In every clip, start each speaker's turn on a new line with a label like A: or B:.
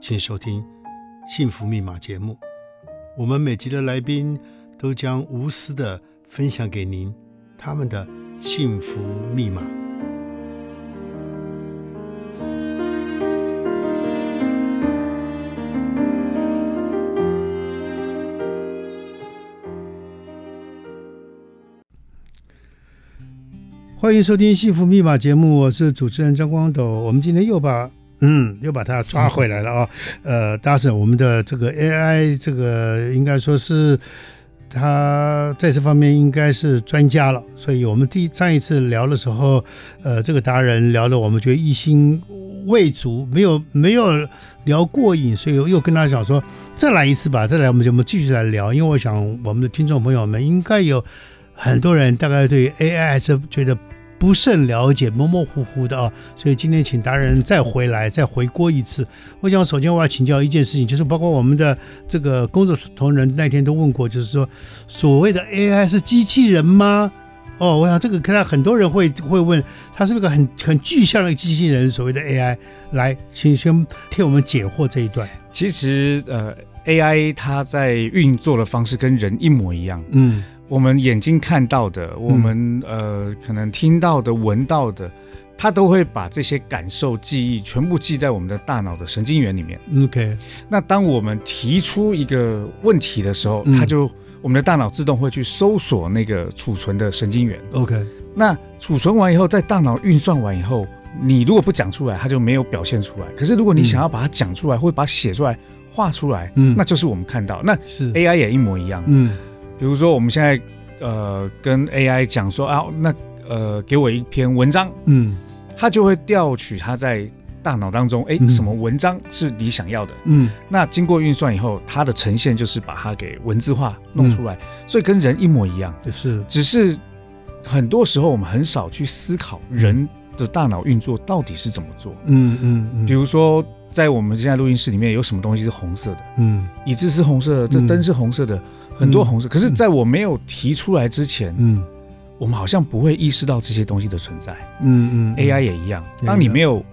A: 请收听《幸福密码》节目，我们每集的来宾都将无私的分享给您他们的幸福密码。欢迎收听《幸福密码》节目，我是主持人张光斗。我们今天又把嗯又把它抓回来了啊、呃，大婶，我们的这个 AI 这个应该说是他在这方面应该是专家了，所以我们第上一次聊的时候，呃，这个达人聊的我们觉得一心未足，没有没有聊过瘾，所以又跟他讲说再来一次吧，再来我们节目继续来聊，因为我想我们的听众朋友们应该有。很多人大概对 AI 还是觉得不甚了解，模模糊糊的啊。所以今天请达人再回来，再回锅一次。我想首先我要请教一件事情，就是包括我们的这个工作同仁那天都问过，就是说所谓的 AI 是机器人吗？哦，我想这个可能很多人会会问，它是不是个很很具象的机器人？所谓的 AI，来，请先替我们解惑这一段。
B: 其实呃，AI 它在运作的方式跟人一模一样。
A: 嗯
B: 我们眼睛看到的，我们、呃可能听到的、闻到的，它都会把这些感受、记忆全部记在我们的大脑的神经元里面。
A: ，OK，
B: 那当我们提出一个问题的时候，
A: 嗯
B: 它就我们的大脑自动会去搜索那个储存的神经元。
A: OK，
B: 那储存完以后，在大脑运算完以后，你如果不讲出来，它就没有表现出来。可是如果你
A: 嗯
B: 想要把它讲出来，或者把它写出来、画出来，
A: 嗯
B: 那哎就是我们看到。那
A: 是，
B: AI 也一模一样。
A: 嗯
B: 比如说我们现在呃跟 AI 讲说啊，那呃给我一篇文章，
A: 嗯
B: 它就会调取它在大脑当中，哎、
A: 嗯
B: 什么文章是你想要的？
A: 嗯
B: 那经过运算以后，它的呈现就是把它给文字化弄出来，
A: 嗯
B: 所以跟人一模一样。
A: 是，
B: 只是很多时候我们很少去思考人的大脑运作到底是怎么做。
A: 嗯嗯嗯，
B: 比如说，在我们现在录音室里面有什么东西是红色的，
A: 嗯
B: 椅子是红色的，这
A: 嗯
B: 灯是红色的，很多红色。可是，在我没有提出来之前，
A: 嗯
B: 我们好像不会意识到这些东西的存在。
A: 嗯嗯
B: AI 也一样，
A: 对嗯
B: 当你
A: 的
B: 没有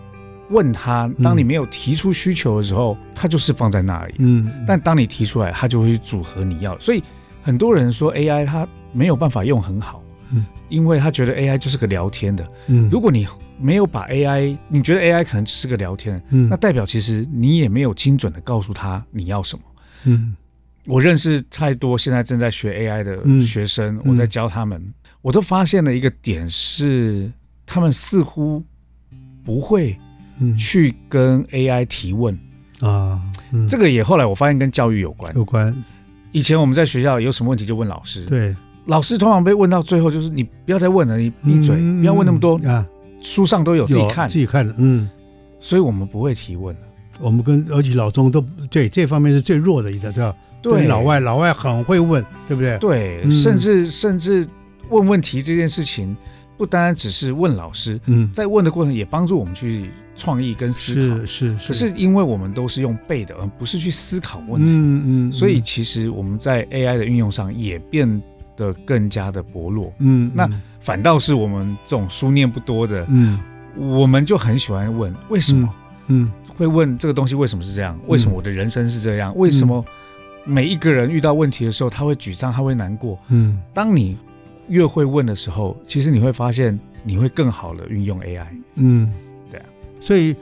B: 问他，当你没有提出需求的时候，它就是放在那里。
A: 嗯，
B: 但当你提出来，它就会去组合你要的。所以很多人说 AI 它没有办法用很好，
A: 嗯
B: 因为他觉得 AI 就是个聊天的。
A: 嗯
B: 如果你没有把 AI，你觉得 AI 可能只是个聊天，
A: 嗯
B: 那代表其实你也没有精准的告诉他你要什么。
A: 嗯
B: 我认识太多现在正在学 AI 的
A: 嗯
B: 学生，
A: 嗯
B: 我在教他们，我都发现了一个点是，他们似乎不会
A: 嗯
B: 去跟 AI 提问。
A: 啊，嗯
B: 这个也后来我发现跟教育有关。
A: 有关
B: 以前我们在学校有什么问题就问老师，
A: 对，
B: 老师通常被问到最后就是你不要再问了，你闭嘴，
A: 嗯
B: 不要问那么多，
A: 啊，
B: 书上都有自己
A: 有
B: 看，
A: 自己看的，嗯，
B: 所以我们不会提问了。
A: 我们跟而且老中都对这方面是最弱的一个，对吧？对于老外，老外很会问，对不对？
B: 对，
A: 嗯
B: 甚至甚至问问题这件事情，不单单只是问老师，
A: 嗯，
B: 在问的过程也帮助我们去创意跟思考。
A: 是是
B: 可是因为我们都是用背的，而不是去思考问题，
A: 嗯嗯，
B: 所以其实我们在 AI 的运用上也变得更加的薄弱。
A: 嗯
B: 反倒是我们这种书念不多的，
A: 嗯
B: 我们就很喜欢问为什么，
A: 嗯
B: 会问这个东西为什么是这样，为什么我的人生是这样，为什么每一个人遇到问题的时候他会沮丧，他会难过。
A: 嗯
B: 当你越会问的时候，其实你会发现你会更好的运用 AI。
A: 嗯，
B: 对啊，
A: 所以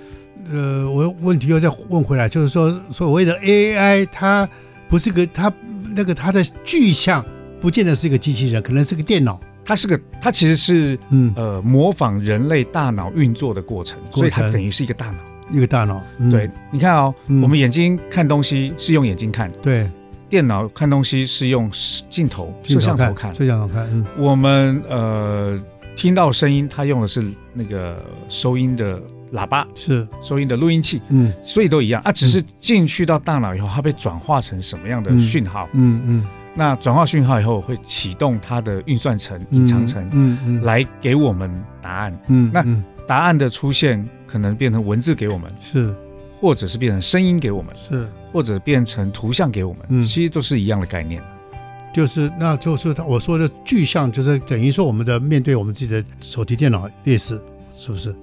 A: 呃，我问题又再问回来，就是说所谓的 AI，它不是个它那个它的具象，不见得是一个机器人，可能是个电脑。
B: 它是个，它其实是
A: 嗯，
B: 呃模仿人类大脑运作的过程，所以它等于是一个大脑。
A: 一个大脑。嗯
B: 对，你看哦，
A: 嗯
B: 我们眼睛看东西是用眼睛看，
A: 对，
B: 电脑看东西是用镜头、摄
A: 镜
B: 像头看
A: 看，，摄像头看，嗯
B: 我们呃听到声音，它用的是那个收音的喇叭、
A: 是，
B: 收音的录音器，
A: 嗯
B: 所以都一样啊，只是进去到大脑以后，它被转化成什么样的
A: 嗯
B: 讯号？
A: 嗯嗯，
B: 那转化讯号以后会启动它的运算层、
A: 嗯
B: 隐藏层，
A: 嗯嗯，
B: 来给我们答案。
A: 嗯，嗯，
B: 那
A: 嗯
B: 答案的出现可能变成文字给我们，
A: 是
B: 或者是变成声音给我们，
A: 是，
B: 或者变成图像给我们，
A: 嗯
B: 其实都是一样的概念。啊
A: 就是那就是他我说的具象，就是等于说我们的面对我们自己的手提电脑类似，是不是？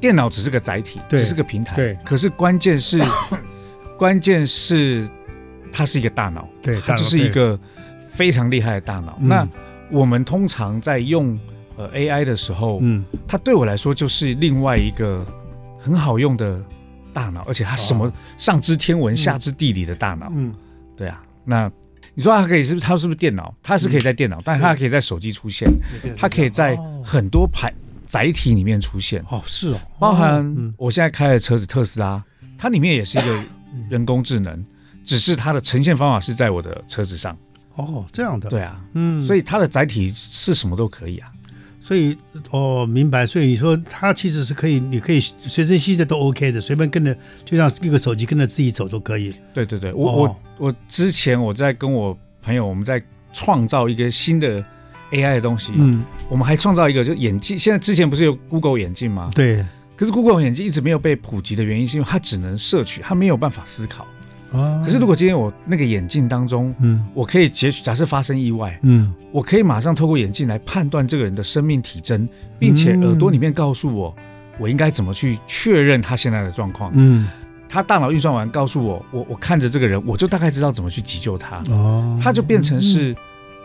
B: 电脑只是个载体，
A: 对
B: 只是个平台，
A: 对
B: 可是关 键是，关键是它是一个大脑，
A: 对
B: 它就是一个非常厉害的大脑。
A: 嗯
B: 那我们通常在用呃 AI 的时候，
A: 嗯，
B: 它对我来说就是另外一个很好用的大脑，而且它什么
A: 哦
B: 上知天文、
A: 嗯
B: 下知地理的大脑。
A: 嗯
B: 对啊，那你说它可以是不是它是不是电脑？它是可以在电脑，但它可以在手机出现，
A: 嗯，
B: 它可以在
A: 哦
B: 很多牌载体里面出现。
A: 哦是哦，
B: 包含
A: 嗯
B: 我现在开的车子特斯拉，它里面也是一个
A: 嗯
B: 人工智能，只是它的呈现方法是在我的车子上。
A: 哦这样的，
B: 对啊，
A: 嗯，
B: 所以它的载体是什么都可以啊。
A: 所以哦，明白。所以你说它其实是可以，你可以随身携带都 OK 的，随便跟着，就像一个手机跟着自己走都可以。
B: 对对对，我、
A: 哦
B: 我我之前我在跟我朋友我们在创造一个新的 AI 的东西，
A: 嗯，
B: 我们还创造一个就眼镜。现在之前不是有 Google 眼镜吗？
A: 对
B: 可是 Google 眼镜一直没有被普及的原因是因为它只能摄取，它没有办法思考。
A: 啊
B: 可是如果今天我那个眼镜当中，
A: 嗯
B: 我可以截取，假设发生意外，
A: 嗯，
B: 我可以马上透过眼镜来判断这个人的生命体征，并且
A: 嗯
B: 耳朵里面告诉我，我应该怎么去确认他现在的状况。
A: 嗯
B: 他大脑运算完告诉我，我我看着这个人，我就大概知道怎么去急救他。
A: 哦，
B: 他就变成是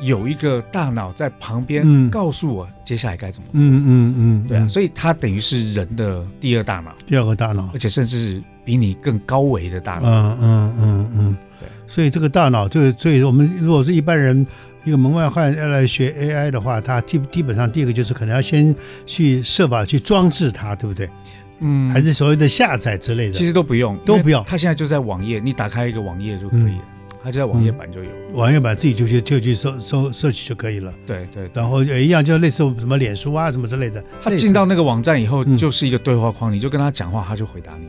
B: 有一个大脑在旁边
A: 嗯
B: 告诉我接下来该怎么做。
A: 嗯嗯嗯，
B: 对啊，
A: 嗯
B: 所以他等于是人的第二大脑，
A: 第二个大脑
B: 而，且甚至是比你更高维的大脑。
A: 嗯嗯嗯嗯
B: 对，
A: 所以这个大脑就，所以我们如果是一般人一个门外汉要来学 AI 的话，他基基本上第一个就是可能要先去设法去装置它，对不对？
B: 嗯，
A: 还是所谓的下载之类的。
B: 其实都不用，
A: 都不用嗯
B: 他现在就在网页，你打开一个网页就可以了，他就在网页版就有了。
A: 网页版自己就去就去搜搜搜取就可以了，
B: 对对对
A: 然后也一样，就类似什么脸书啊什么之类的。
B: 他
A: 类似
B: 进到那个网站以后，
A: 嗯
B: 就是一个对话框，你就跟他讲话，他就回答你。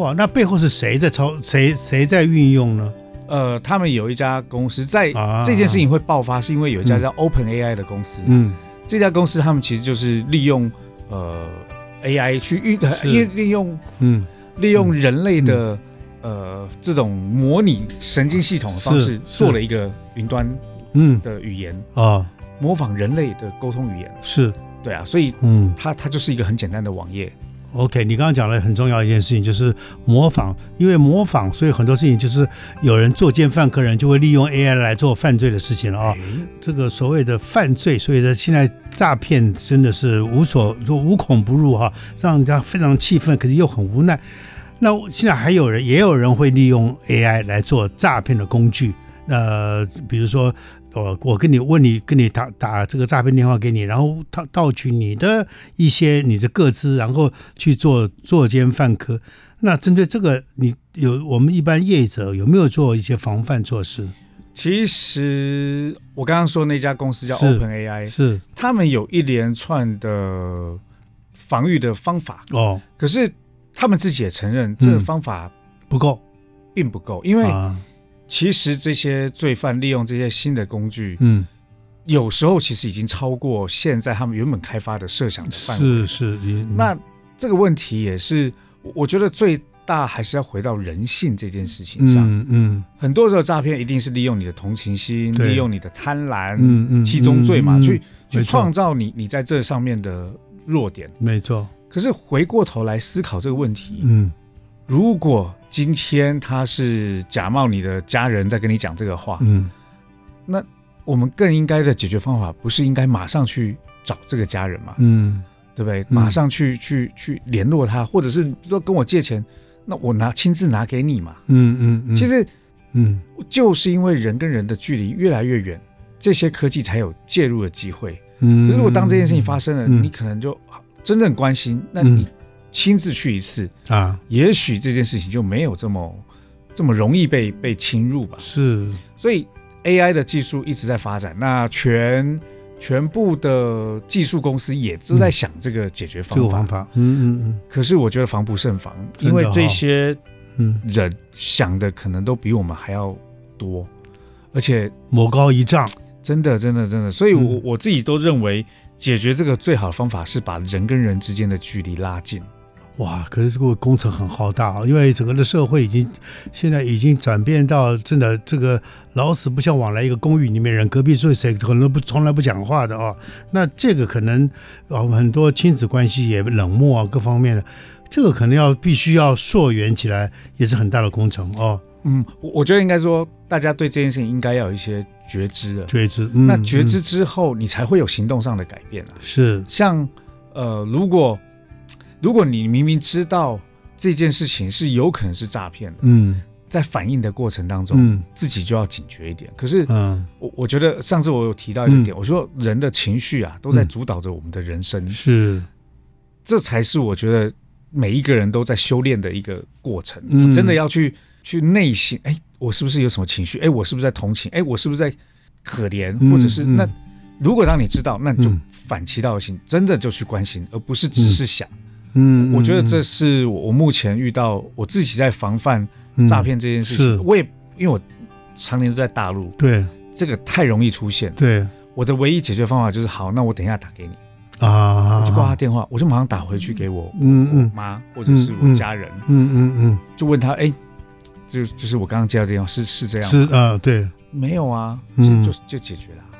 A: 哇，那背后是谁在操谁谁在运用呢？
B: 呃，他们有一家公司在
A: 啊
B: 这件事情会爆发，是因为有一家叫 Open AI 的公司，
A: 嗯
B: 这家公司他们其实就是利用呃 AI 去运，
A: 是
B: 利利用
A: 嗯，
B: 利用人类的呃这种模拟神经系统的方
A: 是
B: 式，
A: 是
B: 做了一个云端
A: 嗯
B: 的语言，
A: 啊
B: 模仿人类的沟通语言。
A: 是
B: 对啊，所以
A: 嗯
B: 它它就是一个很简单的网页。
A: OK，你刚刚讲了很重要的一件事情，就是模仿，因为模仿，所以很多事情就是有人作奸犯科，人就会利用 AI 来做犯罪的事情了啊、
B: 诶
A: 这个所谓的犯罪，所以呢，现在诈骗真的是无所就无孔不入哈、让人家非常气愤，可是又很无奈。那我现在还有人，也有人会利用 AI 来做诈骗的工具。那、比如说，我我跟你问你，跟你打打这个诈骗电话给你，然后他盗取你的一些你的个资，然后去做作奸犯科。那针对这个，你有我们一般业者有没有做一些防范措施？
B: 其实我刚刚说那家公司叫
A: 是
B: Open AI，
A: 是
B: 他们有一连串的防御的方法，
A: 哦，
B: 可是他们自己也承认这个方法
A: 不够
B: 并不够，因为
A: 嗯啊，
B: 其实这些罪犯利用这些新的工具，
A: 嗯。
B: 有时候其实已经超过现在他们原本开发的设想的范围。
A: 是是，嗯你
B: 那这个问题也是，我我觉得最大还是要回到人性这件事情上。
A: 嗯嗯
B: 很多时候诈骗一定是利用你的同情心，
A: 对
B: 利用你的贪婪，
A: 嗯嗯，
B: 七宗罪嘛，
A: 嗯
B: 去去
A: 没错
B: 创造你你在这上面的弱点。
A: 没错，
B: 可是回过头来思考这个问题，
A: 嗯
B: 如果今天他是假冒你的家人在跟你讲这个话，
A: 嗯
B: 我们更应该的解决方法不是应该马上去找这个家人嘛，
A: 嗯，
B: 对不对？
A: 嗯
B: 马上去去去联络他，或者是说跟我借钱，那我拿亲自拿给你嘛。
A: 嗯嗯嗯，
B: 其实
A: 嗯
B: 就是因为人跟人的距离越来越远，这些科技才有介入的机会。
A: 嗯，
B: 可是如果当这件事情发生了，
A: 嗯
B: 你可能就真正关心，那你亲自去一次，
A: 啊
B: 也许这件事情就没有这么这么容易被被侵入吧。
A: 是
B: 所以 AI 的技术一直在发展，那全全部的技术公司也都在想这个解决
A: 嗯这个
B: 方法。
A: 方法，嗯嗯
B: 可是我觉得防不胜防，
A: 真的
B: 因为
A: 哦
B: 这些
A: 嗯嗯，
B: 人想的可能都比我们还要多，而且
A: 魔高一丈，
B: 真的真的真的，所以我，我、
A: 嗯
B: 自己都认为解决这个最好的方法是把人跟人之间的距离拉近。
A: 哇！可是这个工程很浩大啊，因为整个的社会已经现在已经转变到真的这个老死不相往来，一个公寓里面人隔壁住谁可能都不从来不讲话的啊。那这个可能啊，很多亲子关系也冷漠啊，各方面的，这个可能要必须要溯源起来，也是很大的工程哦。
B: 嗯，我我觉得应该说，大家对这件事情应该要有一些觉知了。
A: 觉知，嗯、
B: 那觉知
A: 嗯
B: 之后，你才会有行动上的改变啊。
A: 是
B: 像呃，如果如果你明明知道这件事情是有可能是诈骗的，
A: 嗯
B: 在反应的过程当中，
A: 嗯
B: 自己就要警觉一点。可是
A: 嗯
B: 我我觉得上次我有提到一个
A: 嗯
B: 点，我说人的情绪啊，都在
A: 嗯
B: 主导着我们的人生，
A: 是，
B: 这才是我觉得每一个人都在修炼的一个过程。
A: 嗯
B: 真的要去去内省，哎，我是不是有什么情绪？哎，我是不是在同情？哎，我是不是在可怜？
A: 嗯
B: 或者是
A: 嗯
B: 那如果让你知道，那你就
A: 嗯
B: 反其道而行，真的就去关心，而不是只是想。
A: 嗯，
B: 我觉得
A: 嗯
B: 这是我我目前遇到我自己在防范
A: 嗯
B: 诈骗这件事情。
A: 是
B: 我也因为我常年都在大陆，
A: 对
B: 这个太容易出现。
A: 对
B: 我的唯一解决方法就是，好，那我等一下打给你，
A: 啊，
B: 我就挂他电话，我就马上打回去给我
A: 嗯嗯
B: 妈或者是我家人，
A: 嗯嗯
B: 就问他，哎、就就是我刚刚接到电话是是这
A: 嗯，
B: 样
A: 是
B: 吗，
A: 啊，对，
B: 没有啊，就
A: 嗯
B: 就就解决了啊。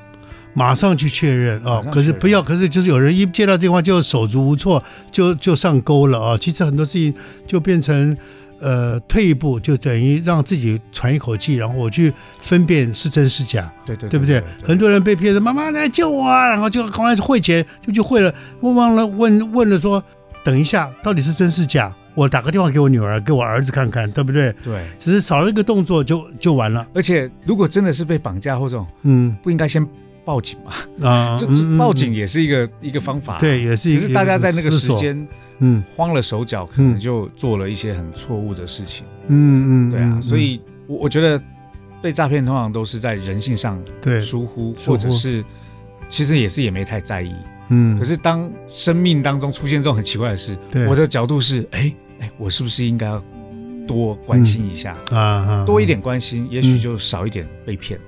A: 马上去确认啊
B: 马上确！认
A: 可是不要，可是就是有人一接到电话就手足无措，就就上钩了啊！其实很多事情就变成呃退一步，就等于让自己喘一口气，然后我去分辨是真是假，
B: 对对
A: 对不对？很多人被骗说妈妈来救我啊，然后就赶快汇钱就去汇了，忘了问问了说等一下到底是真是假，我打个电话给我女儿给我儿子看看，对不对？
B: 对，
A: 只是少了一个动作就就完了，
B: 而且如果真的是被绑架或这种，
A: 嗯
B: 不应该先报警嘛？
A: 啊，
B: 就
A: 嗯嗯
B: 报警也是一个、一个方法、
A: 对，，也是一
B: 只
A: 个
B: 啊是大家在那个
A: 思
B: 时
A: 索，
B: 间
A: 嗯。
B: 慌了手脚，可能就做了一些很错误的事情。
A: 嗯嗯，
B: 对啊，
A: 嗯
B: 所以我我觉得被诈骗通常都是在人性上
A: 嗯对，
B: 疏忽，
A: 疏忽
B: 或者是其实也是也没太在意。
A: 嗯，
B: 可是当生命当中出现这种很奇怪的事，
A: 对
B: 我的角度是，哎哎，我是不是应该要多关心一下，
A: 啊啊，
B: 多一点关心，也
A: 嗯
B: 许就少一点被骗。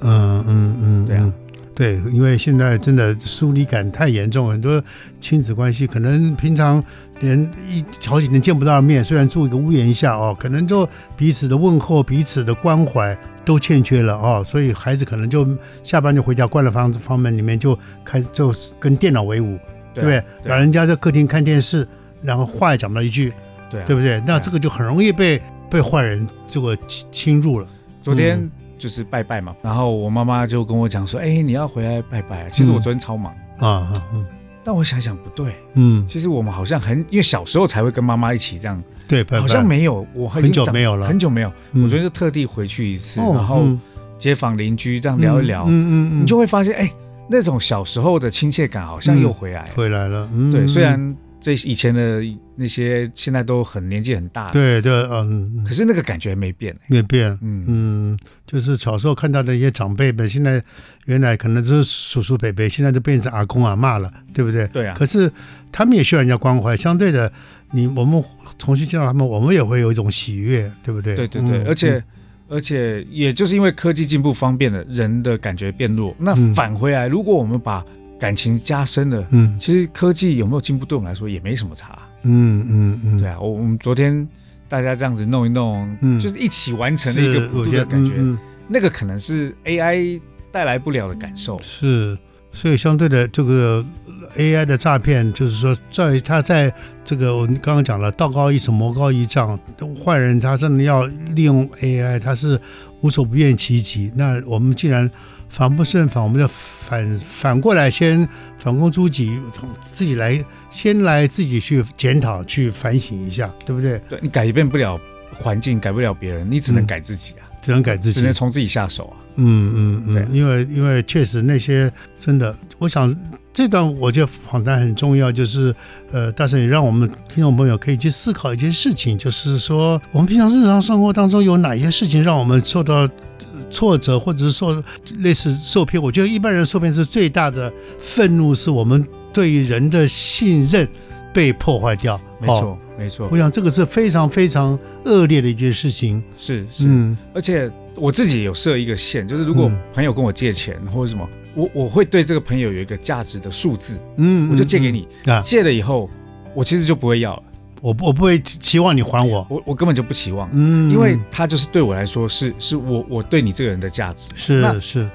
A: 嗯，嗯嗯嗯，
B: 对啊
A: 对，因为现在真的疏离感太严重，很多亲子关系可能平常连一好几年见不到面，虽然住一个屋檐下哦，可能就彼此的问候、彼此的关怀都欠缺了哦，所以孩子可能就下班就回家，关了房子房门里面就开就是跟电脑为伍，对不对
B: 对啊？
A: 老人家在客厅看电视，然后话也讲不到一句，
B: 对啊
A: 对不对？那
B: 啊
A: 这个就很容易被被坏人这个侵侵入了。
B: 昨天
A: 嗯
B: 就是拜拜嘛，然后我妈妈就跟我讲说，哎，你要回来拜拜啊。其实
A: 嗯
B: 我昨天超忙，
A: 啊啊嗯
B: 但我想想不对，
A: 嗯，
B: 其实我们好像很，因为小时候才会跟妈妈一起这样，
A: 对，拜拜
B: 好像没有，我
A: 呃
B: 很
A: 很久没有了
B: 很久没有。
A: 嗯
B: 我昨天就特地回去一次，
A: 哦
B: 然后
A: 嗯
B: 街坊邻居这样聊一聊，
A: 嗯
B: 你就会发现，哎，那种小时候的亲切感好像又回来了。
A: 回来了。嗯，
B: 对，
A: 嗯
B: 虽然这以前的那些现在都很年纪很大，，
A: 对对嗯
B: 可是那个感觉还没变、
A: 没变。
B: 嗯，
A: 嗯，就是小时候看到的一些长辈们，现在原来可能就是叔叔伯伯，现在都变成阿公阿嬷了，对不对？
B: 对啊
A: 可是他们也需要人家关怀，相对的，你我们重新见到他们，我们也会有一种喜悦，对不对？
B: 对对对，
A: 嗯
B: 而且、而且也就是因为科技进步方便了，人的感觉变弱。那
A: 嗯
B: 返回来，如果我们把感情加深了，
A: 嗯
B: 其实科技有没有进步，对我们来说也没什么差。啊
A: 嗯嗯嗯，
B: 对啊，我我们昨天大家这样子弄一弄，
A: 嗯
B: 就是一起完成了
A: 是
B: 一个普
A: 我
B: 渡
A: 觉
B: 的
A: 得
B: 感觉，
A: 嗯嗯
B: 那个可能是 AI 带来不了的感
A: 嗯
B: 受。
A: 是，所以相对的这个呃 AI 的诈骗，就是说在它在这个我们刚刚讲了，道高一尺，魔高一丈，坏人他真的要利用 AI，他是无所不用其极。那我们既然防不胜防，我们就反反过来先反躬诸己，从自己来先来自己去检讨、去反省一下，对不对？
B: 对你改变不了环境，改不了别人，你只能
A: 嗯
B: 改自己啊，
A: 只能改自己，
B: 只能从自己下手啊。
A: 嗯嗯
B: 对啊
A: 嗯，因为因为确实那些真的，我想这段我觉得访谈很重要，就是呃，大神也让我们听众朋友可以去思考一件事情，就是说我们平常日常生活当中有哪些事情让我们受到、呃挫折，或者是受类似受骗，我觉得一般人受骗是最大的愤怒，是我们对于人的信任被破坏掉。
B: 没
A: 哦
B: 错，没错
A: 我，想这个是非常非常恶劣的一件事情。
B: 是是。
A: 嗯，
B: 而且我自己也有设一个线，就是如果
A: 嗯
B: 朋友跟我借钱或者什么，我我会对这个朋友有一个价值的数字，
A: 嗯，
B: 我就借给你。
A: 嗯啊！
B: 借了以后，我其实就不会要了，
A: 我不我不会期望你还我，
B: 我我根本就不期望，
A: 嗯，
B: 因为他就是对我来说是是我我对你这个人的价值。
A: 是
B: 那
A: 是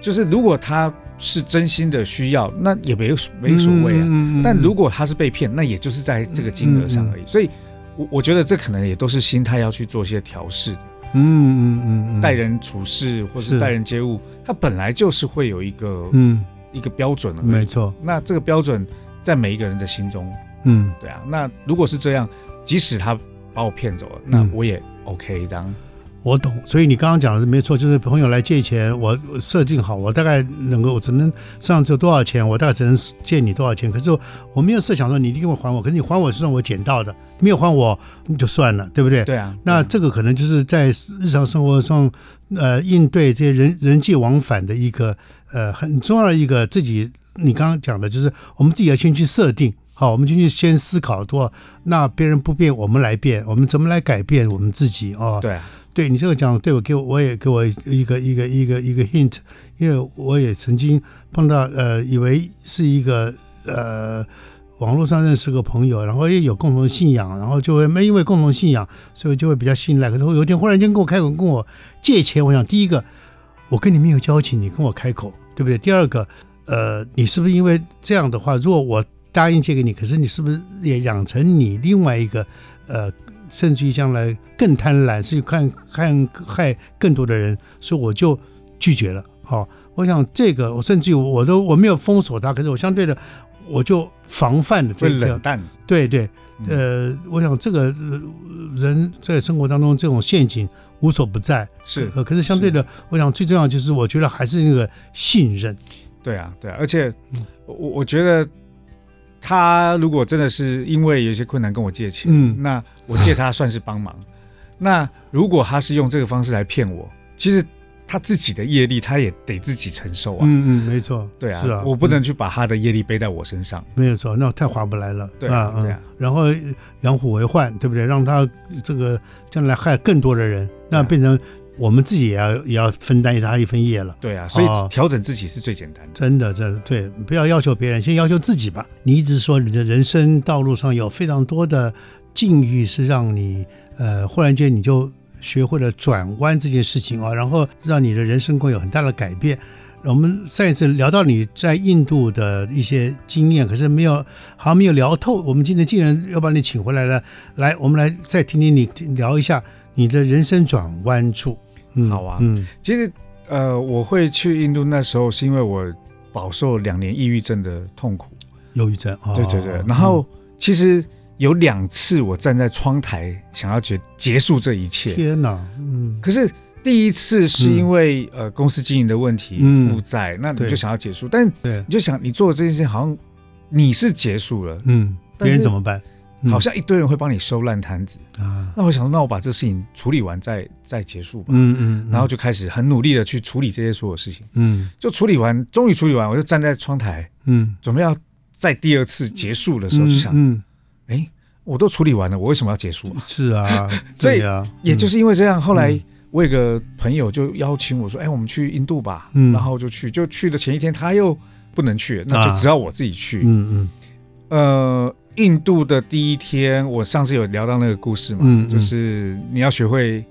B: 就是如果他是真心的需要，那也没有没所谓
A: 嗯
B: 啊。
A: 嗯嗯嗯嗯
B: 但如果他是被骗，那也就是在这个金额上而已。所以，我我觉得这可能也都是心态要去做一些调试的。
A: 嗯嗯嗯嗯
B: 待人处事或
A: 是
B: 是待人接物，它本来就是会有一个
A: 嗯，
B: 一个标准的。
A: 没错，
B: 那这个标准在每一个人的心中，
A: 嗯。
B: 对啊。那如果是这样，即使他把我骗走了，那
A: 嗯
B: 我也 OK 这样。
A: 我懂，所以你刚刚讲的是没错，就是朋友来借钱，我我设定好，我大概能够，我只能上次多少钱，我大概只能借你多少钱。可是我没有设想说你一定会还我，可是你还我是让我捡到的，没有还我你就算了，对不对？
B: 对啊。
A: 那
B: 对啊
A: 这个可能就是在日常生活上，呃，应对这些人人际往返的一个呃很重要的一个自己，你刚刚讲的就是我们自己要先去设定，好，我们就去先思考多，那别人不变，我们来变，我们怎么来改变我们自己哦？
B: 对啊，
A: 对你这个讲，对我给我我也给我一个一个一个一个 hint，因为我也曾经碰到呃，以为是一个呃网络上认识个朋友，然后也有共同信仰，然后就会因为共同信仰，所以就会比较信赖。可是有一天忽然间跟我开口跟我借钱，我想第一个我跟你没有交情，你跟我开口，对不对？第二个，呃，你是不是因为这样的话，如果我答应借给你，可是你是不是也养成你另外一个呃，甚至于将来更贪婪，是看 看害更多的人，所以我就拒绝了。好、我想这个，我甚至于我都我没有封锁他，可是我相对的我就防范了这
B: 会
A: 个
B: 冷，淡。
A: 对对，
B: 嗯
A: 呃，我想这个呃人在生活当中这种陷阱无所不在。
B: 是
A: 呃，可是相对的，我想最重要就是，我觉得还是那个信任。
B: 对啊，对啊，而且
A: 嗯
B: 我我我觉得他如果真的是因为有一些困难跟我借钱，
A: 嗯
B: 那我借他算是 帮忙。那如果他是用这个方式来骗我，其实他自己的业力他也得自己承受啊。
A: 嗯嗯，没错，
B: 对啊，
A: 是啊，
B: 我不能
A: 嗯
B: 去把他的业力背在我身上。
A: 没有错，那太划不来了。
B: 对啊
A: 嗯
B: 对啊
A: 然后呃养虎为患，对不对？让他这个将来害更多的人，那
B: 对
A: 变成我们自己也要也要分担他一分业了。
B: 对啊，所以
A: 哦
B: 调整自己是最简单的。
A: 真的，真的对，不要要求别人，先要求自己吧。你一直说你的人生道路上有非常多的境遇是让你呃，忽然间你就学会了转弯这件事情啊、然后让你的人生观有很大的改变。我们上一次聊到你在印度的一些经验，可是没有好像没有聊透。我们今天竟然要把你请回来了，来，我们来再听听你聊一下你的人生转弯处。嗯，
B: 好啊
A: 嗯
B: 其实，呃，我会去印度那时候是因为我饱受两年抑郁症的痛苦。
A: 忧郁症啊，哦
B: 对对对，然后其实有两次我站在窗台想要结结束这一切，
A: 天哪，嗯。
B: 可是第一次是因为、呃公司经营的问题
A: 嗯
B: 负债，那你
A: 对
B: 就想要结束，但
A: 对
B: 你，就想你做的这件事情好像你是结束了，
A: 嗯，
B: 但
A: 别人
B: 是
A: 怎么办？嗯
B: 好像一堆人会帮你收烂摊子。
A: 啊，
B: 那我想说，那我把这事情处理完再再结束吧。
A: 嗯嗯，嗯
B: 然后就开始很努力的去处理这些所有事情，
A: 嗯
B: 就处理完，终于处理完，我就站在窗台
A: 嗯，
B: 准备要在第二次结束的时候，就想，
A: 嗯，
B: 哎，我都处理完了，我为什么要结束啊？
A: 嗯是啊，
B: 所以
A: 对啊，
B: 也就是是因为这样，后来
A: 嗯
B: 我有个朋友就邀请我说：“哎，我们去印度吧。”
A: 嗯
B: 然后就去，就去的前一天他又不能去，那就只好我自己去。
A: 啊嗯
B: 呃，印度的第一天，我上次有聊到那个故事嘛，
A: 嗯嗯
B: 就是你要学会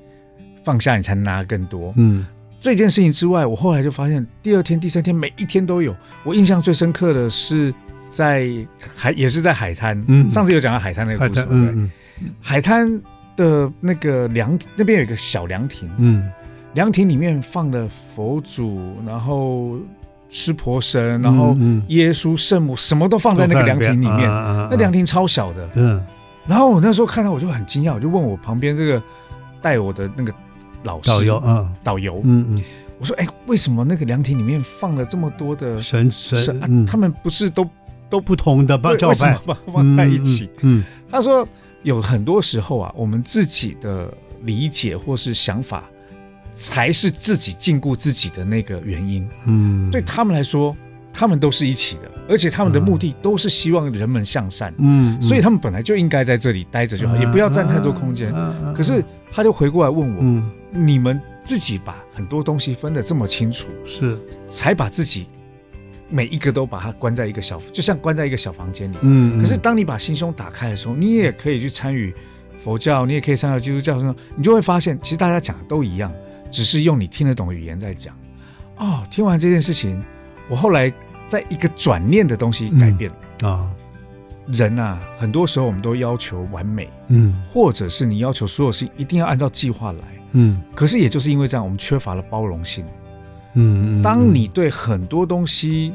B: 放下，你才能拿更多。
A: 嗯
B: 这件事情之外，我后来就发现，第二天、第三天每一天都有。我印象最深刻的是在海，也是在海滩。
A: 嗯
B: 上次有讲到海滩
A: 嗯，
B: 那个
A: 快
B: 故事
A: 点，
B: 嘛，对不对
A: 嗯
B: 海滩的那个凉那边有一个小凉亭，
A: 嗯
B: 凉亭里面放了佛祖，然后湿婆神，
A: 嗯，
B: 然后
A: 嗯
B: 耶稣圣母，什么都放在那个凉亭里面。那凉，
A: 嗯
B: 亭超小的，
A: 都在边啊啊啊
B: 然后我那时候看到我就很惊讶，我就问我旁边这个带我的那个老
A: 嗯，
B: 师
A: 导游啊，
B: 导游，
A: 嗯
B: 我说哎，为什么那个凉亭里面放了这么多的
A: 嗯，神
B: 神
A: 神
B: 啊，
A: 嗯，
B: 他们不是都
A: 都不同的
B: 为
A: 教
B: 为什
A: 派
B: 么把放在一起？，
A: 嗯嗯
B: 他说有很多时候啊，我们自己的理解或是想法，才是自己禁锢自己的那个原因。
A: 嗯，
B: 对，他们来说，他们都是一起的，而且他们的目的都是希望人们向善，
A: 嗯，啊
B: 所以他们本来就应该在这里待着就好，也不要占太多空间。可是他就回过来问我，
A: 嗯，
B: 你们自己把很多东西分得这么清楚，
A: 是，
B: 才把自己每一个都把它关在一个小，就像关在一个小房间里。
A: 嗯，
B: 可是当你把心胸打开的时候，你也可以去参与佛教，你也可以参与基督教什么，你就会发现，其实大家讲的都一样，只是用你听得懂的语言在讲。哦，听完这件事情，我后来在一个转念的东西改变了。
A: 啊，
B: 人啊，很多时候我们都要求完美，
A: 嗯
B: 或者是你要求所有事情一定要按照计划来。
A: 嗯
B: 可是也就是因为这样，我们缺乏了包容性。
A: 嗯，
B: 当你对很多东西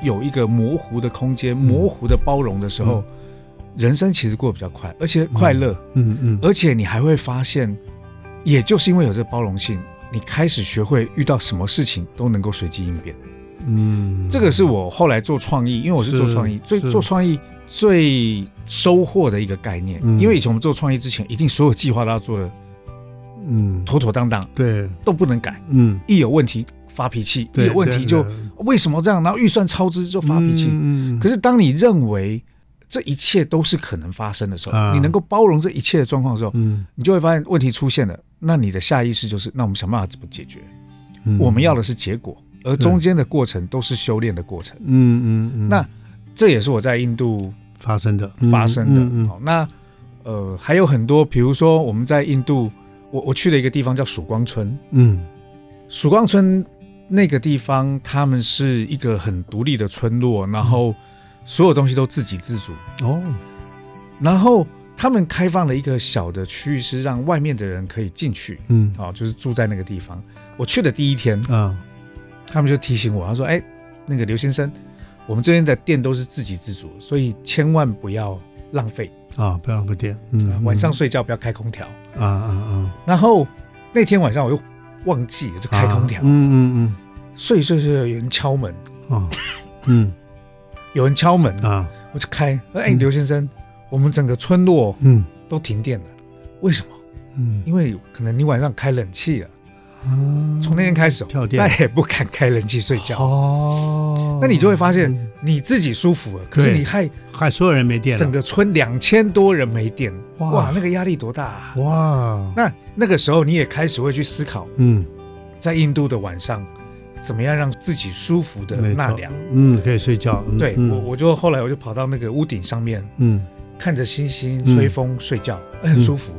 B: 有一个模糊的空
A: 嗯
B: 间、模糊的包容的时候，人生其实过得比较快，而且快乐，
A: 嗯嗯，
B: 而且你还会发现，也就是因为有这包容性，你开始学会遇到什么事情都能够随机应变。
A: 嗯，
B: 这个是我后来做创意，因为我是做创意，
A: 是
B: 最
A: 是
B: 做创意最收获的一个概念。
A: 嗯
B: 因为以前我们做创意之前，一定所有计划都要做的
A: 嗯，
B: 妥妥当当，
A: 对，
B: 都不能改，
A: 嗯，
B: 一有问题发脾气，一
A: 对，
B: 有问题就为什么这样？然后预算超支就发脾气。
A: 嗯，
B: 可
A: 是
B: 是当你认为这一切都是可能发生的时候，
A: 啊
B: 你能够包容这一切的状况的时候，
A: 嗯，
B: 你就会发现问题出现了。那你的下意识就是，那我们想办法怎么解决？
A: 嗯
B: 我们要的是结果，而中间的过程都是修炼的过程。
A: 嗯嗯嗯，
B: 那这也是我在印度
A: 发生的
B: 发生的。
A: 嗯
B: 好，那呃还有很多，比如说我们在印度，我我去了一个地方叫曙光村，
A: 嗯
B: 曙光村那个地方，他们是一个很独立的村落，然后所有东西都自给自足，
A: 哦，
B: 然后他们开放了一个小的区域，是让外面的人可以进去，
A: 嗯
B: 哦，就是住在那个地方。我去的第一天，
A: 啊，
B: 他们就提醒我，他说：“哎，那个刘先生，我们这边的店都是自给自足，所以千万不要浪费，
A: 啊，不要浪费电，嗯，
B: 晚上睡觉不要开空调。
A: 啊啊啊，
B: 然后那天晚上我又忘记了，就开空调，
A: 嗯嗯
B: 睡睡睡，有人敲门，
A: 嗯，啊，嗯
B: 有人敲门，
A: 啊，
B: 我就开，哎、
A: 嗯
B: 刘先生，我们整个村落
A: 嗯
B: 都停电了，为什么？
A: 嗯，
B: 因为可能你晚上开冷气了。啊从
A: 从
B: 那天开始，
A: 嗯跳
B: 我
A: 电
B: 再也不敢开冷气睡觉。
A: 哦，
B: 那你就会发现你自己舒服了，可是
A: 对
B: 你害
A: 害所有人没电了，
B: 整个村两千多人没电，
A: 哇
B: 哇，那个压力多大啊！
A: 哇，
B: 那那个时候你也开始会去思考，
A: 嗯，
B: 在印度的晚上，怎么样让自己舒服的
A: 没
B: 纳
A: 错
B: 凉。，
A: 嗯，可以睡觉，嗯
B: 对我，
A: 嗯
B: 我就后来我就跑到那个屋顶上面，
A: 嗯
B: 看着星星，
A: 嗯
B: 吹风睡觉，很舒服。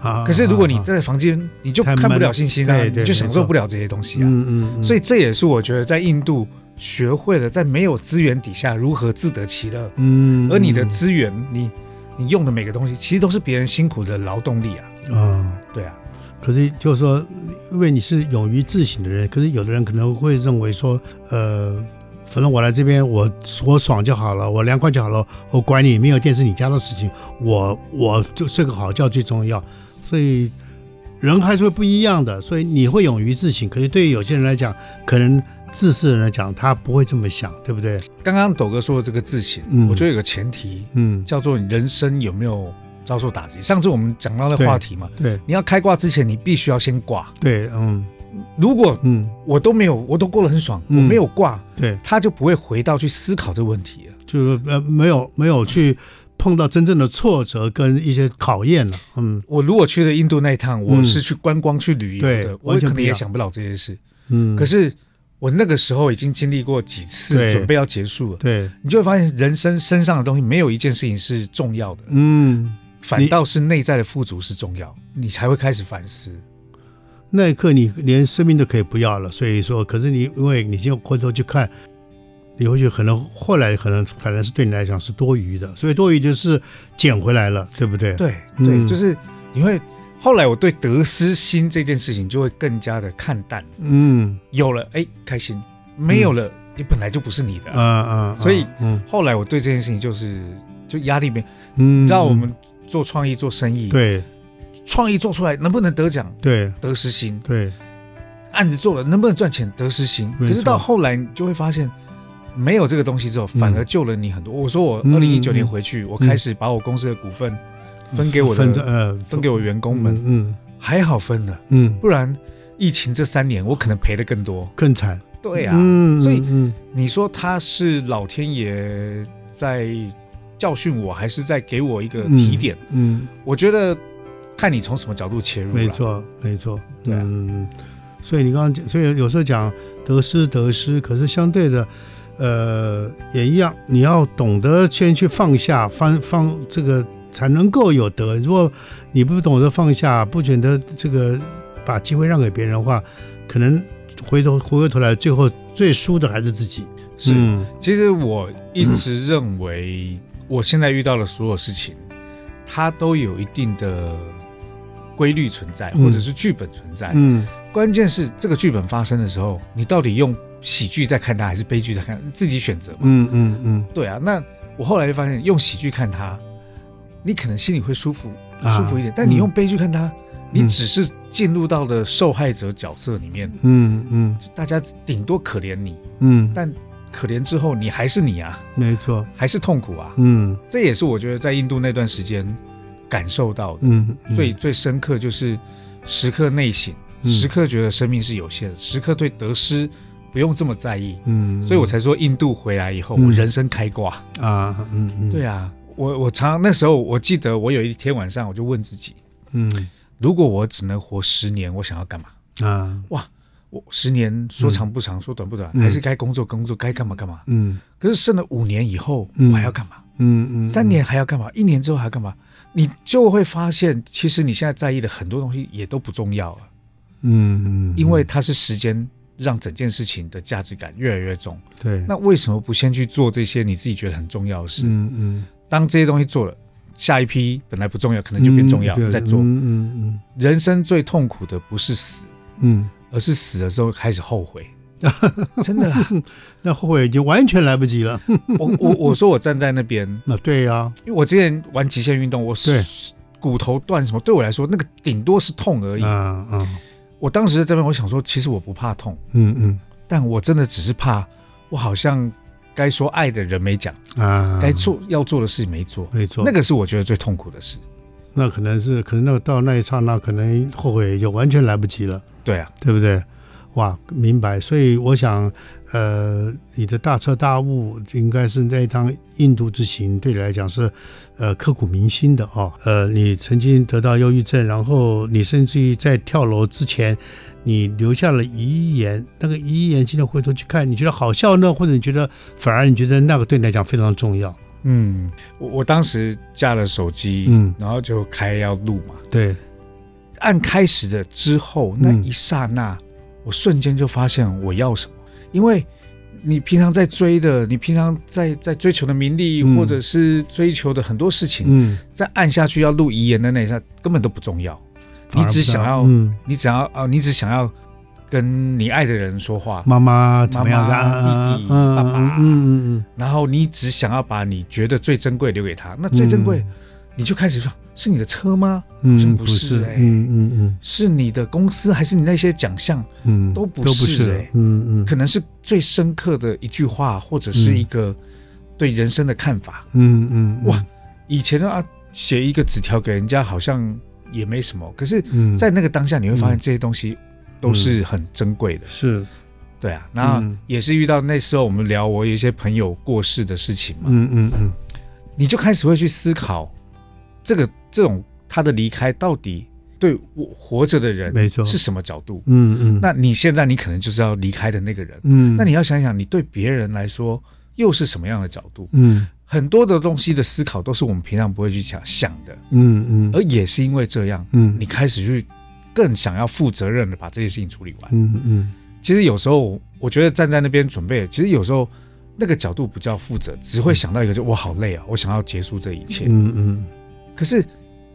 A: 啊，
B: 可是如果你
A: 啊
B: 在房间，你就
A: 太
B: 看不
A: 闷
B: 了星星啊，
A: 对对
B: 你就享
A: 没
B: 受
A: 错
B: 不了这些东西啊。
A: 嗯嗯，
B: 所以这也是我觉得在印度学会了在没有资源底下如何自得其乐，
A: 嗯，嗯
B: 而你的资源，你你用的每个东西，其实都是别人辛苦的劳动力啊。
A: 啊。
B: 对啊，
A: 可是就是说，因为你是勇于自省的人，可是有的人可能会认为说，呃，反正我来这边，我我爽就好了，我凉快就好了，我管你没有电是你家的事情，我我就睡个好觉最重要。所以人还是会不一样的，所以你会勇于自省。可是对于有些人来讲，可能自私的人来讲，他不会这么想，对不对？
B: 刚刚斗哥说的这个自省，
A: 嗯
B: 我觉得有个前提
A: 嗯，
B: 叫做你人生有没有遭受打击。上次我们讲到那个话题嘛，
A: 对
B: 你要开挂之前，你必须要先挂。
A: 对，嗯
B: 如果
A: 嗯，
B: 我都没有，我都过得很爽，
A: 嗯
B: 我没有挂，
A: 对，
B: 他就不会回到去思考这个问题了。
A: 就是呃没有没有去碰到真正的挫折跟一些考验了，嗯
B: 我如果去了印度那一趟，我是去观光去旅游的，
A: 对
B: 我
A: 完全
B: 可能
A: 不一
B: 也
A: 样
B: 想不了这些事。
A: 嗯。
B: 可是我那个时候已经经历过几次
A: 对
B: 准备要结束了，
A: 对，
B: 你就会发现人生身上的东西没有一件事情是重要的，
A: 嗯，
B: 反倒是内在的富足是重要，你才会开始反思。
A: 那一刻你连生命都可以不要了，所以说，可是你因为你先回头去看，你会觉得可能后来可能反正是对你来讲是多余的，所以多余就是捡回来了，对不对？，
B: 对
A: 嗯
B: 对，就是你会后来我对得失心这件事情就会更加的看淡，
A: 嗯，
B: 有了哎开心，没有了也本来就不是你的。
A: 啊啊，
B: 嗯所以
A: 嗯
B: 后来我对这件事情就是就压力没，
A: 嗯，
B: 你知道我们做创意做生意，
A: 对
B: 创意做出来能不能得奖
A: 对
B: 得失心，
A: 对，
B: 案子做了能不能赚钱得失心，
A: 没错
B: 可是到后来你就会发现，没有这个东西之后，反而救了你很多。
A: 嗯
B: 我说我二零一九年回去，我开始把我公司的股份分给我的
A: 分呃
B: 分给我员工们，
A: 嗯
B: 还好分了，
A: 嗯
B: 不然疫情这三年，我可能赔的更多。
A: 更惨。
B: 对啊，
A: 嗯
B: 所以
A: 嗯
B: 你说他是老天爷在教训我，还是在给我一个
A: 嗯
B: 提点？
A: 嗯，
B: 我觉得看你从什么角度切入了。
A: 没，错没错，
B: 对啊
A: 嗯，所以你刚刚讲，所以有时候讲得失得失，可是相对的。呃，也一样，你要懂得先去放下，放放这个才能够有得。如果你不懂得放下，不觉得这个把机会让给别人的话，可能回头回过头来，最后最输的还是自己。
B: 是。
A: 嗯
B: 其实我一直认为，我现在遇到的所有事情，它都有一定的规律存在，
A: 嗯
B: 或者是剧本存在。
A: 嗯
B: 关键是这个剧本发生的时候，你到底用喜剧在看它，还是悲剧在看？自己选择嘛。
A: 嗯嗯嗯，
B: 对啊，那我后来就发现，用喜剧看它，你可能心里会舒服
A: 啊
B: 舒服一点，但你用悲剧看它，你
A: 嗯
B: 只是进入到了受害者角色里面，
A: 嗯嗯
B: 大家顶多可怜你，
A: 嗯，
B: 但可怜之后你还是你啊，
A: 没错，
B: 还是痛苦啊。
A: 嗯
B: 这也是我觉得在印度那段时间感受到的
A: 嗯，嗯
B: 最最深刻，就是时刻内省，
A: 嗯
B: 时刻觉得生命是有限的，时刻对得失不用这么在意。
A: 嗯，
B: 所以我才说印度回来以后，
A: 嗯
B: 我人生开挂。
A: 啊嗯嗯，
B: 对啊，我我常那时候我记得我有一天晚上我就问自己，
A: 嗯
B: 如果我只能活十年，我想要干嘛？
A: 啊
B: 我十年说长不长，说短不短，
A: 嗯
B: 还是该工作工作，该干嘛干嘛。
A: 嗯
B: 可是剩了五年以后，
A: 嗯
B: 我还要干嘛？
A: 嗯嗯，
B: 三年还要干嘛？一年之后还要干嘛？你就会发现，其实你现在在意的很多东西也都不重要了，啊
A: 嗯嗯，
B: 因为它是时间让整件事情的价值感越来越重。
A: 对，
B: 那为什么不先去做这些你自己觉得很重要的事？
A: 嗯嗯
B: 当这些东西做了，下一批本来不重要，可能就变重要，再做。
A: 嗯嗯
B: 人生最痛苦的不是死，
A: 嗯，
B: 而是死的时候开始 后悔。真的啊，
A: 那后悔已经完全来不及了。
B: 我我我说我站在那边，
A: 那对啊呀，
B: 因为我之前玩极限运动，我
A: 对
B: 骨头断什么，对我来说那个顶多是痛而已。
A: 啊啊
B: 我当时在这边，我想说，其实我不怕痛，
A: 嗯
B: 但我真的只是怕，我好像该说爱的人没讲，
A: 嗯啊，
B: 该做要做的事没做，
A: 没错，
B: 那个是我觉得最痛苦的事。
A: 那可能是可能那到那一刹那，可能后悔就完全来不及了。
B: 对啊，
A: 对不对？哇，明白。所以我想，呃，你的大彻大悟应该是那一趟印度之行对你来讲是，呃，刻骨铭心的哦。呃，你曾经得到忧郁症，然后呃你甚至于在跳楼之前，你留下了遗言。那个遗言，今天回头去看，你觉得好笑呢，或者你觉得反而你觉得那个对你来讲非常重要？
B: 嗯，我我当时架了手机，
A: 嗯
B: 然后就开要录嘛，
A: 对，
B: 按开始的之后那一刹那，
A: 嗯
B: 我瞬间就发现我要什么，因为。你平常在追的，你平常在在追求的名利，
A: 嗯
B: 或者是追求的很多事情，
A: 嗯，
B: 在按下去要录遗言的那一下，根本都不重要。你只想要，
A: 嗯，
B: 你只要啊，你只想要跟你爱的人说话，
A: 妈妈怎么样的？嗯嗯嗯
B: 然后你只想要把你觉得最珍贵留给他。那
A: 嗯，
B: 最珍贵，，你就开始说，是你的车吗？
A: 嗯，不是，嗯嗯嗯。
B: 是你的公司，还是你那些奖项？
A: 嗯，
B: 都不
A: 都不
B: 是
A: 是
B: 欸
A: 嗯嗯
B: 可能是最深刻的一句话，或者是一个对人生的看法。
A: 嗯嗯，嗯
B: 哇，以前啊，写一个纸条给人家好像也没什么，可是，
A: 嗯，
B: 在那个当下，你会发现
A: 嗯
B: 这些东西都是很珍贵的。
A: 是，
B: 对啊，那
A: 嗯
B: 也是遇到那时候我们聊我有一些朋友过世的事情嘛，
A: 嗯嗯嗯
B: 你就开始会去思考这个这种他的离开到底对我活着的人
A: 没错
B: 是什么角度？
A: 嗯嗯，
B: 那你现在你可能就是要离开的那个人，
A: 嗯，
B: 那你要想想你对别人来说又是什么样的角度？
A: 嗯
B: 很多的东西的思考都是我们平常不会去想想的，
A: 嗯嗯
B: 而也是因为这样，
A: 嗯
B: 你开始去更想要负责任的把这些事情处理完。
A: 嗯嗯
B: 其实有时候我觉得站在那边准备，其实有时候那个角度不叫负责，只会想到一个就我好累啊，我想要结束这一切。
A: 嗯嗯
B: 可是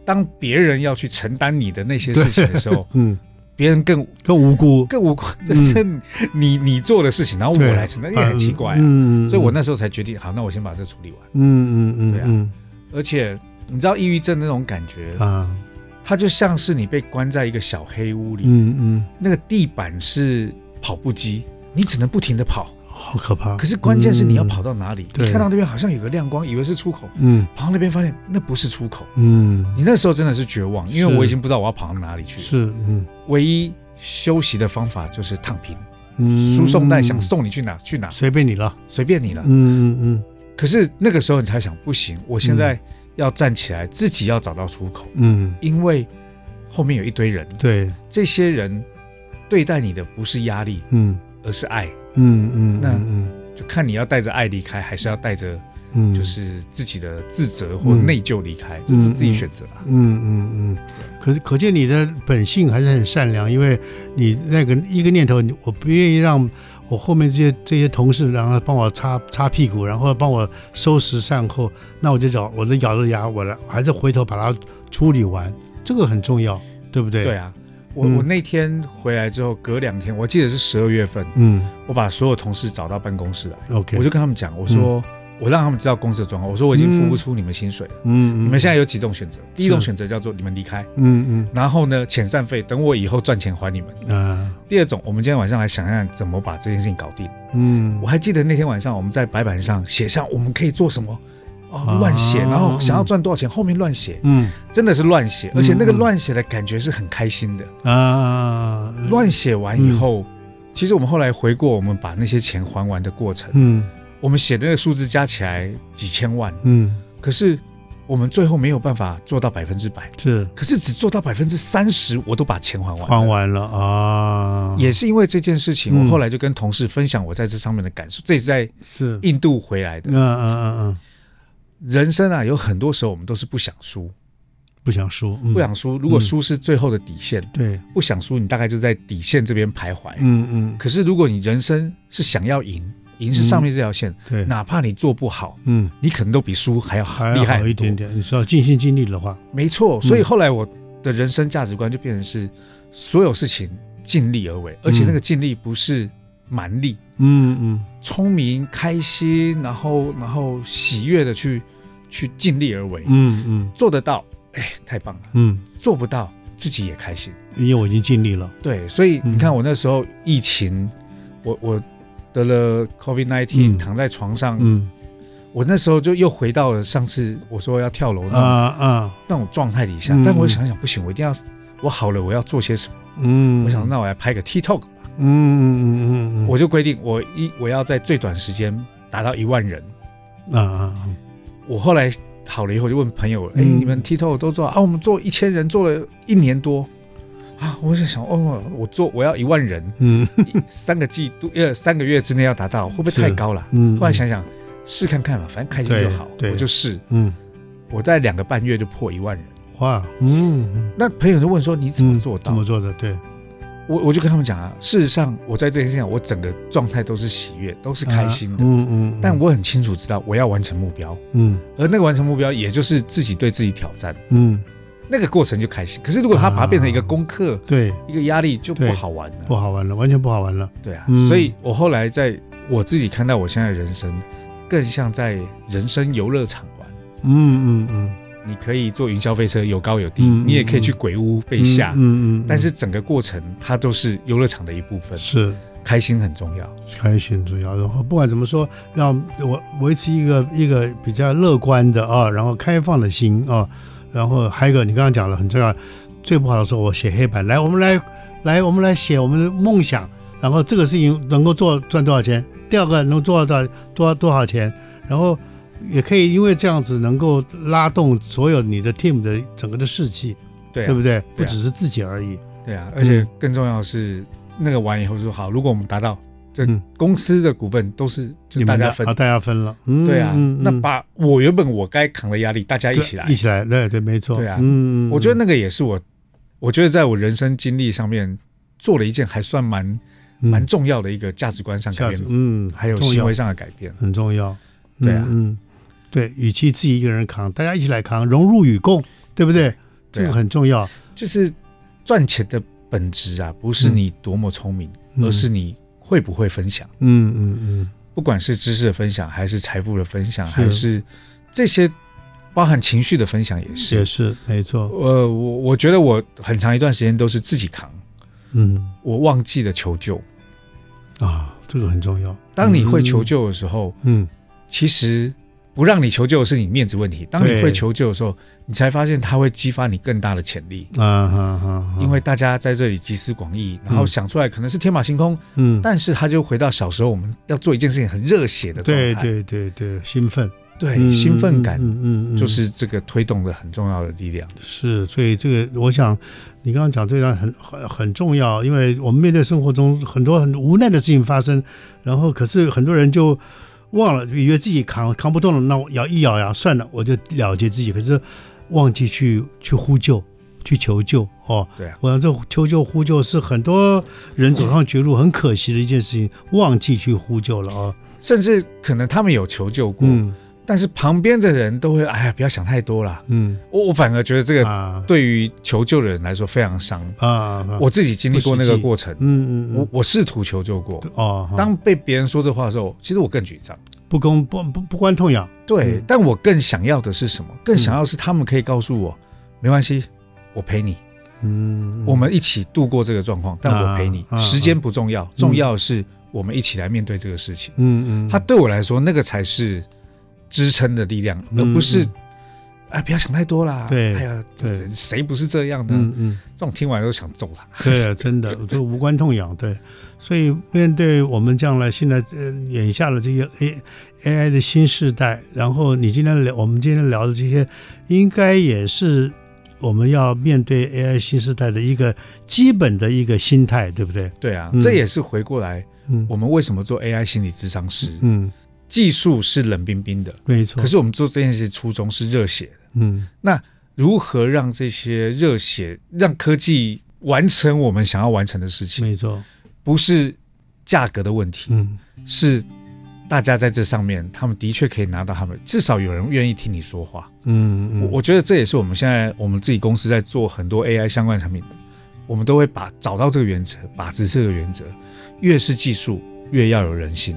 B: 当别人要去承担你的那些事情的时候，
A: 嗯，
B: 别人更
A: 更无辜，
B: 更无辜，这
A: 嗯
B: 是你你做的事情，然后我
A: 对
B: 来承担，也很奇怪啊、
A: 嗯，嗯
B: 所以我，那时候才决定，好，那我先把这处理完。
A: 嗯嗯嗯
B: 而且你知道抑郁症那种感觉
A: 嗯，啊，
B: 它就像是你被关在一个小黑屋里，
A: 嗯嗯，
B: 那个地板是跑步机，你只能不停的跑。
A: 好可怕。
B: 可是关键是你要跑，到哪里？
A: 啊嗯对
B: 你看到那边好像有个亮光，以为是出口，
A: 嗯
B: 跑到那边发现那不是出口。
A: 嗯，
B: 你那时候真的是绝望，因为
A: 是
B: 我已经不知道我要跑到哪里去了。
A: 是，嗯
B: 唯一休息的方法就是躺平，
A: 嗯
B: 输送带想送你去哪去哪，
A: 随便你了，
B: 随便你了。
A: 嗯嗯
B: 可是那个时候你才想，不行，我现在要站起来，自己要找到出口，
A: 嗯
B: 因为后面有一堆人
A: 嗯，，对，
B: 这些人对待你的不是压力，
A: 嗯
B: 而是爱，
A: 嗯嗯，
B: 那
A: 嗯
B: 就看你要带着爱离开，还是要带着
A: 嗯
B: 就是自己的自责或
A: 嗯
B: 内疚离开，这
A: 嗯
B: 是自己选择啊。
A: 嗯嗯嗯，可是可见你的本性还是很善良，因为你那个一个念头，你我不愿意让我后面这些这些同事，然后帮我擦擦屁股，然后帮我收拾善后，那我就咬我的咬着牙，我来还是回头把它处理完，这个很重要，对不对？
B: 对，啊，我、
A: 嗯
B: 我那天回来之后，隔两天，我记得是十二月份，
A: 嗯
B: 我把所有同事找到办公室来，啊
A: ，OK，
B: 我就跟他们讲，我说、我让他们知道公司的状况，我说我已经付不出你们薪水了。
A: 嗯，
B: 你们现
A: 在
B: 在有几种选择？第一种选择叫做你们离开，
A: 嗯
B: 然后呢，遣散费等我以后赚钱还你们。
A: 嗯啊
B: 第二种，我们今天晚上来想想怎么把这件事情搞定。
A: 嗯
B: 我还记得那天晚上我们在白板上写上我们可以做什么，
A: 啊
B: 哦，乱写，然后想要赚多少钱，后面乱写，
A: 嗯
B: 真的是乱写，而且那个乱写的感觉是很开心的。
A: 啊
B: 乱写完
A: 嗯
B: 以后，其实我们后来回过我们把那些钱还完的过程，
A: 嗯
B: 我们写的那个数字加起来几千万，
A: 嗯
B: 可是我们最后没有办法做到百分之百。
A: 是
B: 可是只做到百分之三十，我都把钱还完了。
A: 还完了啊，
B: 也是因为这件事情，
A: 嗯
B: 我后来就跟同事分享我在这上面的感受。这也是在
A: 是
B: 印度回来的
A: 嗯。嗯嗯嗯，
B: 人生啊，有很多时候我们都是不想输，
A: 不想输，嗯
B: 不想输。如果输是最后的底线，
A: 对，
B: 不想输，你大概就在底线这边徘徊。
A: 嗯嗯，
B: 可是如果你人生是想要赢，赢是上面这条线，
A: 对，
B: 哪怕你做不好，
A: 嗯
B: 你可能都比输还要
A: 还
B: 厉害
A: 好一点
B: 点。
A: 点。你知道尽心尽力的话，
B: 没错，
A: 嗯
B: 所以后来我的人生价值观就变成是所有事情尽力而为，而且那个尽力不是蛮力，
A: 嗯嗯
B: 聪明、开心，然后然后喜悦的去去尽力而为，
A: 嗯嗯
B: 做得到，哎，太棒了；
A: 嗯，
B: 做不到，自己也开心。
A: 因为我已经尽力了。
B: 对，所以
A: 嗯
B: 你看，我那时候疫情，我我得了 COVID 19，、
A: 嗯
B: 躺在床上，
A: 嗯
B: 我那时候就又回到了上次我说要跳楼那
A: 啊
B: 种、
A: 啊
B: 那种状态底下。
A: 嗯
B: 但我想想，不行，我一定要，我好了，我要做些什么？
A: 嗯，
B: 我想，那我来拍个 TikTok 吧。
A: 嗯嗯嗯嗯，
B: 我就规定，我一我要在最短时间达到一万人。
A: 啊啊
B: 我后来好了以后，就问朋友：“哎、
A: 嗯
B: 你们 TikTok 都做啊？我们做一千人，做了一年多啊！”我在想，哦，我做我要一万人，
A: 嗯
B: 一 三个季度呃三个月之内要达到，会不会
A: 是
B: 太高了？
A: 嗯，
B: 后来想想，试看看嘛，反正开心就好，
A: 对对
B: 我就试。
A: 嗯
B: 我在两个半月就破一万人。
A: 哇嗯
B: 那朋友就问说：“你怎么做
A: 怎
B: 到？”
A: 么做的？对，
B: 我我就跟他们讲啊，事实上我在这件事情上，我整个状态都是喜悦，都是开心的。
A: 嗯嗯，
B: 但我很清楚知道我要完成目标，
A: 嗯
B: 而那个完成目标也就是自己对自己挑战。
A: 嗯
B: 那个过程就开心。可是如果他把它变成一个功课、
A: 对，
B: 一个压力，就
A: 啊对
B: 不好玩
A: 不
B: 了。
A: 好玩了，完全不好玩了。
B: 对啊，
A: 嗯
B: 所以我后来在我自己看到我现在的人生，更像在人生游乐场玩。
A: 嗯嗯嗯，
B: 你可以坐云霄飞车，有高有低；
A: 嗯嗯
B: 你也可以去鬼屋被吓。
A: 嗯嗯，
B: 但是整个过程，它都是游乐场的一部分，
A: 是。
B: 开心很重要。
A: 开心主要，然后不管怎么说，让我维持一个一个比较乐观的啊，然后开放的心啊，然后还有一个你刚刚讲了很重要，最不好的时候我写黑板，来我们来来我们来写我们的梦想，然后这个事情能够做赚多少钱，第二个能做到多多少钱，然后也可以因为这样子能够拉动所有你的 team 的整个的士气，
B: 对啊，
A: 对不对？不
B: 对啊
A: 只是自己而已，
B: 对啊，而且更重要的是，那个完以后说好，如果我们达到，这
A: 嗯
B: 公司的股份都是就
A: 你
B: 大
A: 们的
B: 家分
A: 啊，。大家分了，嗯，
B: 对啊，
A: 嗯
B: 那
A: 嗯
B: 把我原本我该扛的压力，大家一
A: 对
B: 起来，
A: 一起来，对对，没错，
B: 对啊
A: 嗯，嗯
B: 我觉得那个也是我，我觉得在我人生经历上面做了一件还算蛮
A: 嗯
B: 蛮重要的一个价值观上改
A: 下次
B: 变，
A: 嗯，
B: 还有
A: 重
B: 行
A: 要
B: 为上的改变。
A: 很重要，
B: 对啊
A: 嗯，嗯对，与其自己一个人扛，大家一起来扛，融入与共，对不对？这
B: 对啊
A: 个很重要，
B: 就是赚钱的本质啊，不是你多么聪明，
A: 嗯
B: 而是你会不会分享，
A: 嗯嗯
B: 不管是知识的分享，还是财富的分享，
A: 是
B: 还是这些包含情绪的分享也
A: 嗯，也
B: 是。
A: 是没错，
B: 呃，我我觉得我很长一段时间都是自己扛，
A: 嗯
B: 我忘记了求救。
A: 啊，这个很重要。
B: 当你会求救的时候，
A: 嗯，
B: 其实不让你求救是你面子问题。当你
A: 对
B: 会求救的时候，你才发现它会激发你更大的潜力，
A: 啊哈哈，
B: 因为大家在这里集思广益，然后想出来可能是天马行空，
A: 嗯，
B: 但是他就回到小时候我们要做一件事情很热血的状
A: 对
B: 态，
A: 对对对，兴奋，
B: 对
A: 嗯
B: 兴奋感
A: 嗯嗯嗯
B: 就是这个推动的很重要的力量。
A: 是，所以这个我想，你刚刚讲这段很很很重要，因为我们面对生活中很多很无奈的事情发生，然后可是很多人就忘了，以为自己扛扛不动了，那我咬一咬牙算了，我就了结自己，可是忘记去去呼救。去求救哦，
B: 对啊
A: 我想这求救呼救是很多人走上绝路很可惜的一件事情，忘记去呼救了哦。
B: 甚至可能他们有求救过，
A: 嗯
B: 但是旁边的人都会哎呀，不要想太多啦。
A: 嗯
B: 我我反而觉得这个
A: 啊
B: 对于求救的人来说非常伤。
A: 啊啊，
B: 我自己经历过那个过程，
A: 嗯嗯
B: 我
A: 嗯
B: 我试图求救过，
A: 哦，哈
B: 当被别人说这话的时候，其实我更沮丧。
A: 不公不不不关痛痒，
B: 对
A: 嗯，
B: 但我更想要的是什么？更想要是他们可以告诉我，没关系，我陪你，
A: 嗯，
B: 我们一起度过这个状况，但我陪你
A: 啊啊，
B: 时间不重要，重要的是我们一起来面对这个事情。
A: 嗯嗯，
B: 它对我来说，那个才是支撑的力量，
A: 嗯
B: 而不是
A: 嗯
B: 哎，不要想太多啦。
A: 对
B: 哎呀，
A: 对
B: 谁不是这样呢？
A: 嗯嗯，
B: 这种听完都想揍他。
A: 对，真 的，这无关痛痒，对，所以面对我们将来现在呃眼下的这些 A A I 的新时代，然后你今天聊我们今天聊的这些，应该也是我们要面对 A I 新时代的一个基本的一个心态，对不对？
B: 对啊
A: 嗯，
B: 这也是回过来，
A: 嗯，
B: 我们为什么做 AI 心理智商师？
A: 嗯，
B: 技术是冷冰冰的，
A: 没错，
B: 可是我们做这件事初衷是热血的。
A: 嗯
B: 如何让这些热血，让科技完成我们想要完成的事情，
A: 没错，
B: 不是价格的问题，
A: 嗯
B: 是大家在这上面，他们的确可以拿到他们，至少有人愿意听你说话。
A: 嗯
B: 我
A: 嗯，
B: 我觉得这也是我们现在我们自己公司在做很多 AI 相关的产品，我们都会把找到这个原则，把持这个原则，越是技术越要有人性。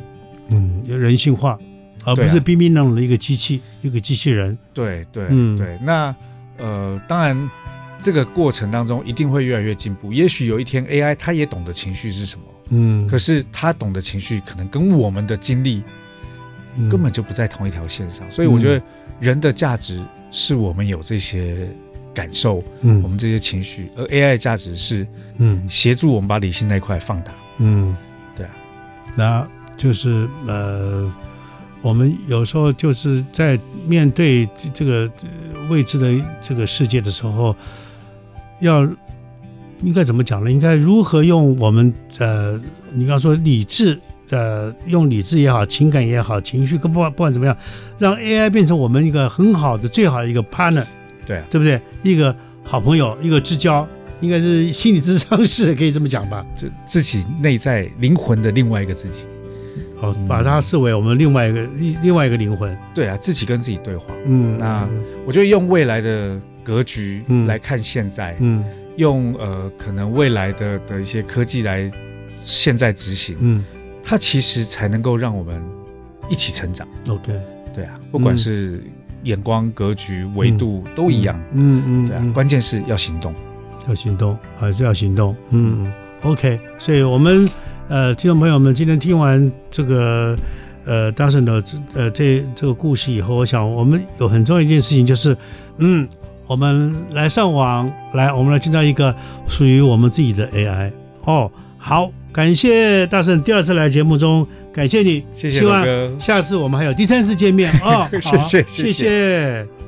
A: 嗯人性化，而不
B: 对啊
A: 是冰冰冷冷的一个机器，一个机器人，
B: 对对、
A: 嗯
B: 对，那呃，当然这个过程当中一定会越来越进步。也许有一天 AI 它也懂得情绪是什么，
A: 嗯，
B: 可是它懂得情绪可能跟我们的经历
A: 嗯
B: 根本就不在同一条线上。所以我觉得人的价值是我们有这些感受，我
A: 嗯
B: 们这些情绪，而 AI 的价值是
A: 嗯。
B: 协助我们把理性那一块放大。
A: 嗯，
B: 对啊，
A: 那就是呃，我们有时候就是在面对这这个呃未知的这个世界的时候，要应该怎么讲呢？应该如何用我们呃，你刚说理智。呃，用理智也好，情感也好，情绪跟不管不管怎么样，让 AI 变成我们一个很好的、最好的一个 partner，
B: 对啊，
A: 对不对？一个好朋友，一个至交，应该是心理智商是可以这么讲吧？
B: 就自己内在灵魂的另外一个自己。
A: 哦，
B: 嗯
A: 把它视为我们另外一个另另外一个灵魂。
B: 对啊，自己跟自己对话。
A: 嗯，
B: 那我觉得用未来的格局
A: 嗯
B: 来看现在，
A: 嗯
B: 用呃可能未来的的一些科技来现在执行，
A: 嗯
B: 它其实才能够让我们一起成长。
A: 嗯，OK，
B: 对啊，不管是眼光、格局、维度、都一样。
A: 嗯嗯，
B: 对啊，
A: 嗯
B: 关键是要行动。
A: 要行动，还是要行动。嗯嗯，OK，所以我们呃，听众朋友们，今天听完这个呃大圣的这呃这这个故事以后，我想我们有很重要一件事情就是，嗯，我们来上网，来我们来建造一个属于我们自己的 AI。哦，好，感谢大圣第二次来节目中，感谢你，
B: 谢
A: 希
B: 谢罗
A: 望
B: 哥，。
A: 下次我们还有第三次见面哦
B: 谢谢
A: 好
B: 谢谢
A: 谢谢。